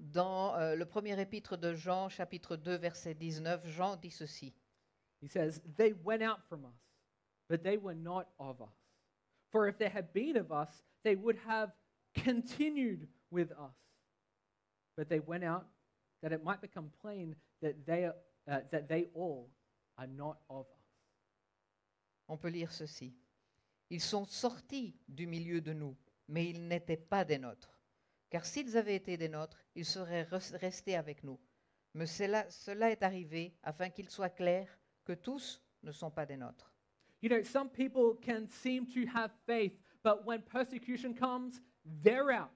Dans euh, le premier épître de Jean, chapitre 2, verset 19, Jean dit ceci. He says, They went out from us, but they were not of us. For if they had been of us, they would have continued with us. But they went out that it might become plain that they, are- uh, that they all are not of us. On peut lire ceci. Ils sont sortis du milieu de nous, mais ils n'étaient pas des nôtres. Car s'ils avaient été des nôtres, ils seraient res- restés avec nous. Mais cela, cela est arrivé afin qu'il soit clair que tous ne sont pas des nôtres. You know, some people can seem to have faith, but when persecution comes, they're out.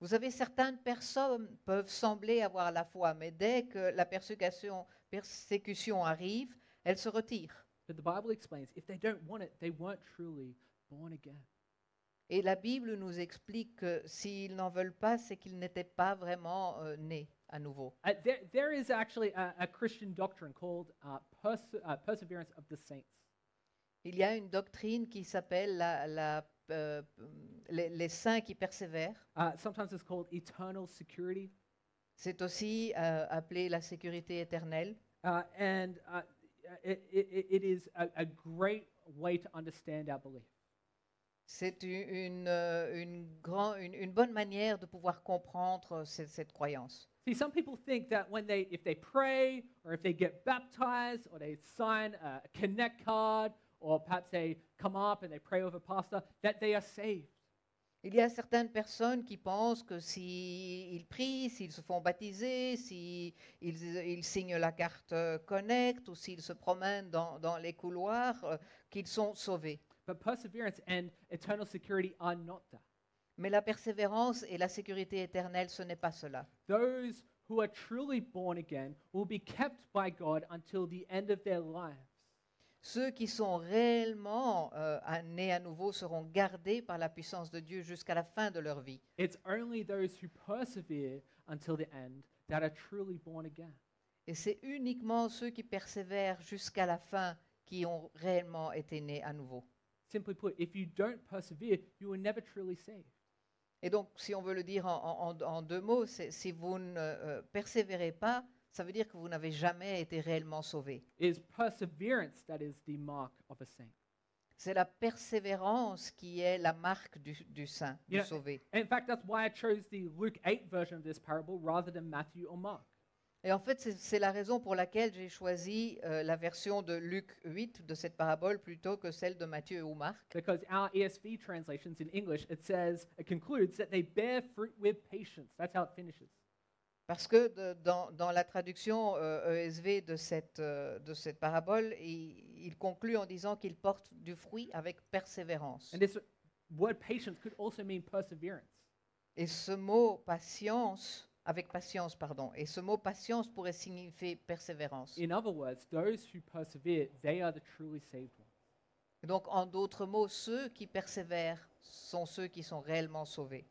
Vous savez, certaines personnes peuvent sembler avoir la foi, mais dès que la persécution, persécution arrive, elles se retirent. But the Bible explains if they don't want it, they weren't truly born again. Et la Bible nous explique que s'ils n'en veulent pas, c'est qu'ils n'étaient pas vraiment euh, nés à nouveau. Uh, there, there is actually a, a Christian doctrine called uh, perse- uh, perseverance of the saints. Il y a une doctrine qui s'appelle la- la, euh, les, les saints qui persévèrent. Uh, sometimes it's called eternal security. C'est aussi euh, appelé la sécurité éternelle. Uh, and uh, it, it, it is a, a great way to understand our belief. C'est u- une, euh, une grand- une- une bonne manière de pouvoir comprendre euh, cette, cette croyance. See, some people think that when they, if they pray, or if they get baptized, or they sign a connect card, or perhaps they come up and they pray over pastor, that they are saved. Il y a certaines personnes qui pensent que s'ils prient, s'ils se font baptiser, s'ils ils signent la carte euh, Connect ou s'ils se promènent dans, dans les couloirs, euh, qu'ils sont sauvés. But perseverance and eternal security are not that. Mais la persévérance et la sécurité éternelle, ce n'est pas cela. Those who are truly born again will be kept by God until the end of their lives. Ceux qui sont réellement euh, à- nés à nouveau seront gardés par la puissance de Dieu jusqu'à la fin de leur vie. It's only those who persevere until the end that are truly born again. Et c'est uniquement ceux qui persévèrent jusqu'à la fin qui ont réellement été nés à nouveau. Simply put, if you don't persevere, you were never truly saved. Et donc, si on veut le dire en, en- en- en deux mots, c'est si vous ne euh, persévérez pas, ça veut dire que vous n'avez jamais été réellement sauvé. It is perseverance that is the mark of a saint. C'est la persévérance qui est la marque du, du saint, du Yeah. sauvé. And in fact, that's why I chose the Luke 8 version of this parable rather than Matthew or Mark. Et en fait, c'est- c'est la raison pour laquelle j'ai choisi euh, la version de Luc 8 de cette parabole plutôt que celle de Matthieu ou Marc. Because our ESV translations in English, it says, it concludes that they bear fruit with patience. That's how it finishes. Parce que de- dans, dans la traduction euh, ESV de cette, euh, de cette parabole, il, il conclut en disant qu'il porte du fruit avec persévérance. And this word patience could also mean perseverance. Et ce mot patience, avec patience, pardon, et ce mot patience pourrait signifier persévérance. In other words, those who persevere, they are the truly saved ones. Donc, en d'autres mots, ceux qui persévèrent sont ceux qui sont réellement sauvés.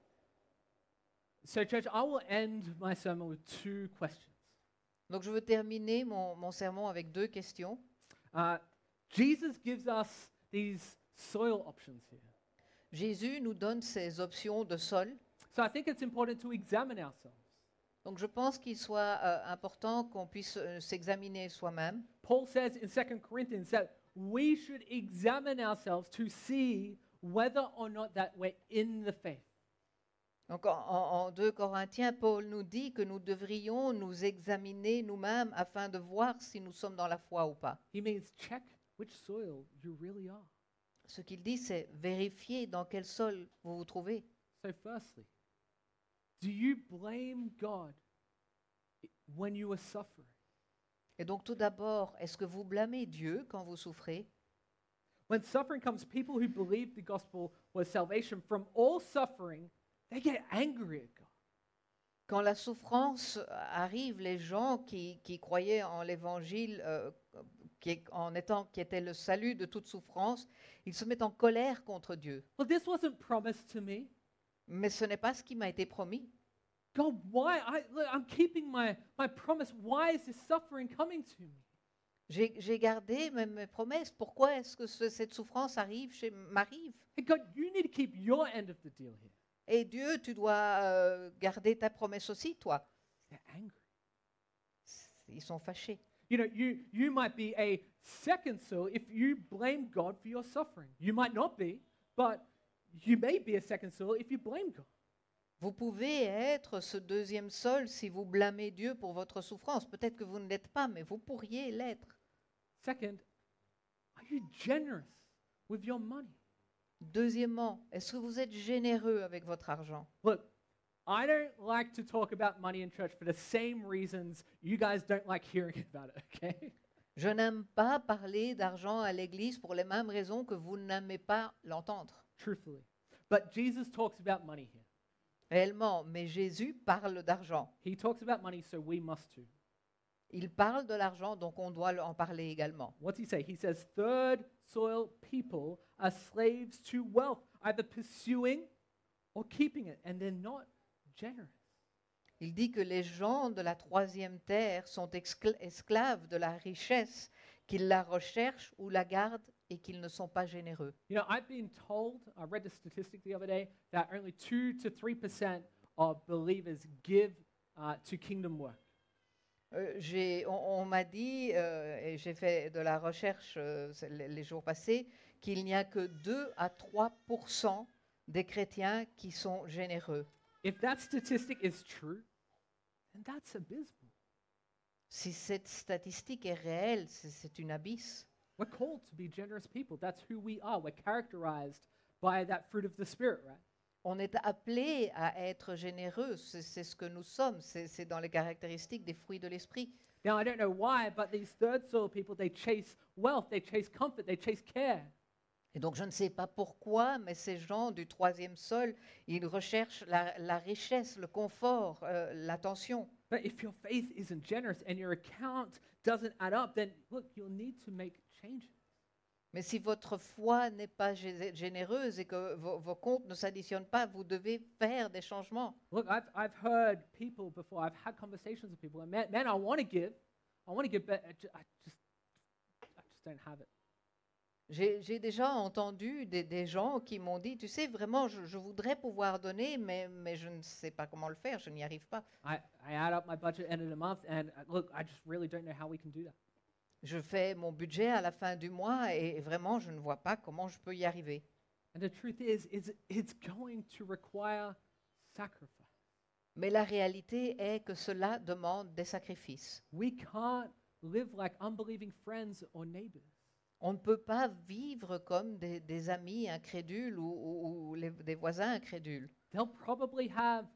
So, church, I will end my sermon with two questions. Donc, je veux terminer mon, mon sermon avec deux questions. Uh, Jesus gives us these soil options here. Jésus nous donne ces options de sol. So, I think it's important to examine ourselves. Donc, je pense qu'il soit euh, important qu'on puisse euh, s'examiner soi-même. Paul says in 2 Corinthians that we should examine ourselves to see whether or not that we're in the faith. Donc en, en- en 2 Corinthiens, Paul nous dit que nous devrions nous examiner nous-mêmes afin de voir si nous sommes dans la foi ou pas. He means check which soil you really are. Ce qu'il dit, c'est vérifier dans quel sol vous vous trouvez. So, firstly, do you blame God i- when you are suffering? Et donc tout d'abord, est-ce que vous blâmez Dieu quand vous souffrez When suffering comes, people who believe the gospel was salvation from all suffering, they get angry at God. Quand la souffrance euh, arrive, les gens qui, qui croyaient en l'Évangile, euh, qui, est- en étant, qui était le salut de toute souffrance, ils se mettent en colère contre Dieu. Well, this wasn't promised to me. Mais ce n'est pas ce qui m'a été promis. God, why? I, look, I'm keeping my, my promise. Why is this suffering coming to me? J'ai j'ai gardé mes, mes promesses. Pourquoi est-ce que ce- cette souffrance arrive chez m'arrive Hey, God, you need to keep your end of the deal here. Et Dieu, tu dois euh, garder ta promesse aussi, toi. They're angry. Ils sont fâchés. You know, you, you might be a second soil if you blame God for your suffering. You might not be, but you may be a second soil if you blame God. Vous pouvez être ce deuxième sol si vous blâmez Dieu pour votre souffrance. Peut-être que vous ne l'êtes pas, mais vous pourriez l'être. Second, are you generous with your money? Deuxièmement, est-ce que vous êtes généreux avec votre argent Look, I don't like to talk about money in church for the same reasons you guys don't like hearing about it, okay? Je n'aime pas parler d'argent à l'Église pour les mêmes raisons que vous n'aimez pas l'entendre. Truthfully. But Jesus talks about money here. Réellement, mais Jésus parle d'argent. He talks about money, so we must too. Il parle de l'argent, donc on doit en parler également. What's he say? He says, Third soil people are slaves to wealth, either pursuing or keeping it, and they're not generous. Il dit que les gens de la troisième terre sont excl- esclaves de la richesse, qu'ils la recherchent ou la gardent et qu'ils ne sont pas généreux. You know, I've been told, I read a statistic the other day, that only 2 to 3% of believers give uh, to kingdom work. Euh, j'ai- on on m'a dit, euh, et j'ai fait de la recherche euh, c'est les les jours passés, qu'il n'y a que 2 à 3 des chrétiens qui sont généreux. If that statistic is true, then that's abysmal. Si cette statistique est réelle, c'est- c'est une abysse. We're called to be generous people. That's who we are. We're characterized by that fruit of the Spirit, right? On est appelé à être généreux, c'est c'est ce que nous sommes, c'est c'est dans les caractéristiques des fruits de l'esprit. Now, I don't know why, but these third soil people, they chase wealth, they chase comfort, they chase care. Et donc je ne sais pas pourquoi, mais ces gens du troisième sol, ils recherchent la, la richesse, le confort, euh, l'attention. But if your faith isn't generous and your account doesn't add up, then look, you'll need to make changes. Mais si votre foi n'est pas gé- généreuse et que vos, vos comptes ne s'additionnent pas, vous devez faire des changements. Look, I've, I've heard people before, I've had conversations with people, and man, man I want to give, I want to give, but I ju- I just, I just don't have it. J'ai j'ai déjà entendu des, des gens qui m'ont dit, tu sais, vraiment, je, je voudrais pouvoir donner, mais, mais je ne sais pas comment le faire, je n'y arrive pas. I, I add up my budget end of the month, and uh, look, I just really don't know how we can do that. Je fais mon budget à la fin du mois et vraiment, je ne vois pas comment je peux y arriver. And the truth is, is it's going to require sacrifice. Mais la réalité est que cela demande des sacrifices. We can't live like unbelieving friends or neighbors. On ne peut pas vivre comme des, des amis incrédules ou, ou- ou les- des voisins incrédules. They'll probably have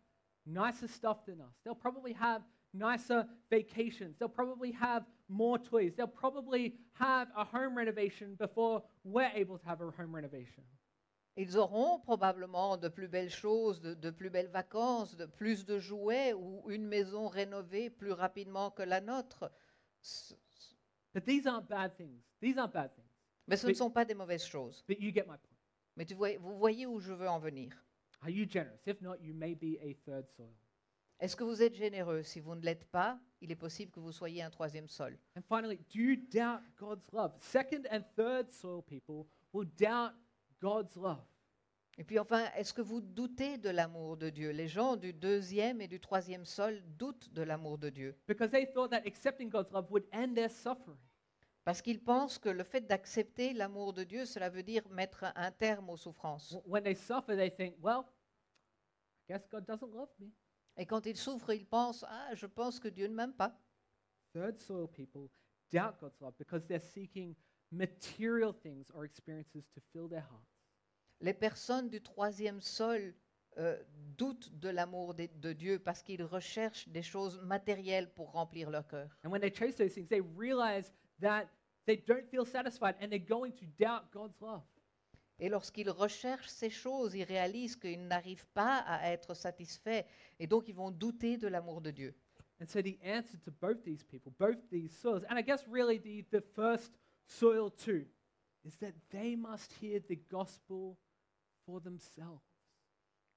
nicer stuff than us. They'll probably have nicer vacations. They'll probably have more toys. They'll probably have a home renovation before we're able to have a home renovation. Ils auront probablement de plus belles choses, de, de plus belles vacances, de plus de jouets ou une maison rénovée plus rapidement que la nôtre. S- s- But these aren't bad things. These aren't bad things. Mais ce Mais- ne sont pas des mauvaises choses. But you get my point. Mais tu vois- vous voyez où je veux en venir. Are you generous? If not, you may be a third soil. Est-ce que vous êtes généreux Si vous ne l'êtes pas, il est possible que vous soyez un troisième sol. And finally, do you doubt God's love? Second and third soil people will doubt God's love. Et puis enfin, est-ce que vous doutez de l'amour de Dieu Les gens du deuxième et du troisième sol doutent de l'amour de Dieu because they thought that accepting God's love would end their suffering. parce qu'ils pensent que le fait d'accepter l'amour de Dieu, cela veut dire mettre un- un terme aux souffrances. W- When they suffer, they think, well, I guess God doesn't love me. Et quand ils souffrent, ils pensent Ah, je pense que Dieu ne m'aime pas. Third soil people doubt God's love because they're seeking material things or experiences to fill their hearts. Les personnes du troisième sol euh, doutent de l'amour des- de Dieu parce qu'ils recherchent des choses matérielles pour remplir leur cœur. And when they chase those things, they realize that they don't feel satisfied and they're going to doubt God's love. Et lorsqu'ils recherchent ces choses, ils réalisent qu'ils n'arrivent pas à être satisfaits et donc ils vont douter de l'amour de Dieu. And so the answer to both these people, both these soils, and I guess really the, the first soil too, is that they must hear the gospel for themselves.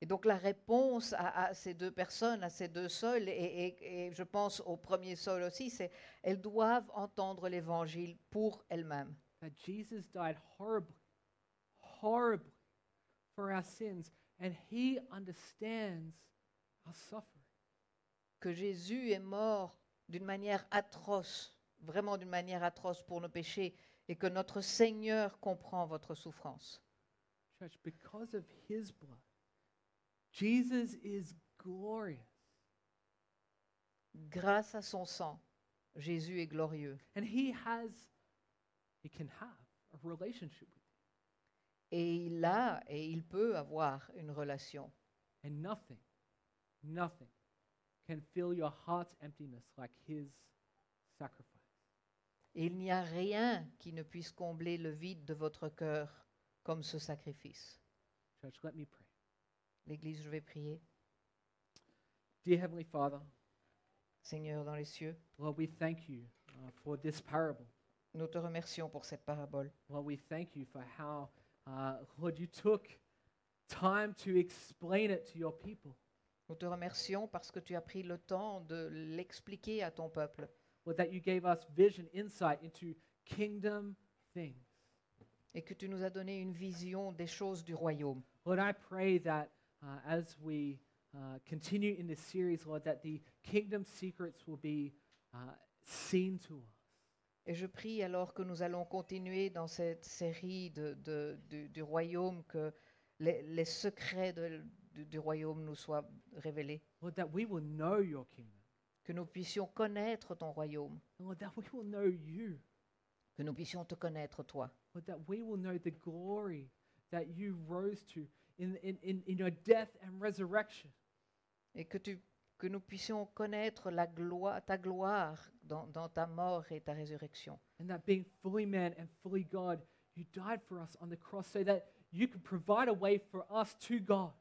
Et donc la réponse à, à ces deux personnes, à ces deux sols, et, et- et je pense au premier sol aussi, c'est elles doivent entendre l'évangile pour elles-mêmes. that Jesus died horribly, horribly for our sins, and he understands our suffering. Que Jésus est mort d'une manière atroce, vraiment d'une manière atroce pour nos péchés, et que notre Seigneur comprend votre souffrance. Church, because of his blood, Jesus is glorious, Grâce à son sang, Jésus est glorieux. and he has, he can have a relationship with you, Et il a et il peut avoir une relation. and nothing, nothing can fill your heart's emptiness like his sacrifice. Et il n'y a rien qui ne puisse combler le vide de votre cœur comme ce sacrifice. Church, let me pray. L'Église, je vais prier. Dear Heavenly Father, Seigneur dans les cieux, Lord, we thank you uh, for this parable. nous te remercions pour cette parabole. Well, we thank you for how, uh, Lord, you took time to explain it to your people. Nous te remercions parce que tu as pris le temps de l'expliquer à ton peuple Lord, that you gave us vision, insight into kingdom things. et que tu nous as donné une vision des choses du royaume. Lord, I pray that uh, as we uh, continue in this series, Lord, that the kingdom secrets will be uh, seen to us. Et je prie alors que nous allons continuer dans cette série de- de- du, du royaume, que les, les secrets de- du- du royaume nous soient révélés. Lord, that we will know your kingdom. que nous puissions connaître ton royaume, And Lord, that we will know you. que nous puissions te connaître, toi, but that we will know the glory that you rose to in, in, in, in your death and resurrection. et que, tu, que nous puissions connaître la gloire, ta gloire dans, dans ta mort et ta résurrection. And that being fully man and fully God, you died for us on the cross so that you could provide a way for us to God.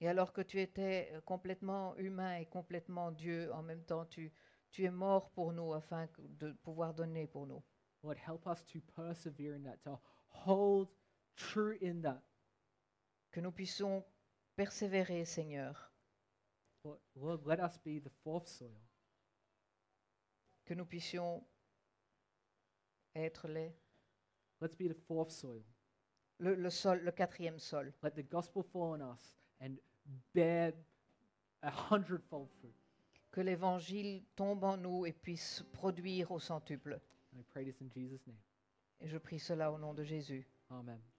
Et alors que tu étais euh, complètement humain et complètement Dieu, en même temps, tu, tu es mort pour nous afin que- de pouvoir donner pour nous. Lord, help us to persevere in that, to hold true in that. Que nous puissions persévérer, Seigneur. Lord, Lord, let us be the fourth soil, Que nous puissions être les, let's be the fourth soil. le, le sol, le quatrième sol. Let the gospel fall on us and bear a hundredfold fruit. Que l'évangile tombe en nous et puisse produire au centuple. And I pray this in Jesus' name. Et je prie cela au nom de Jésus. Amen.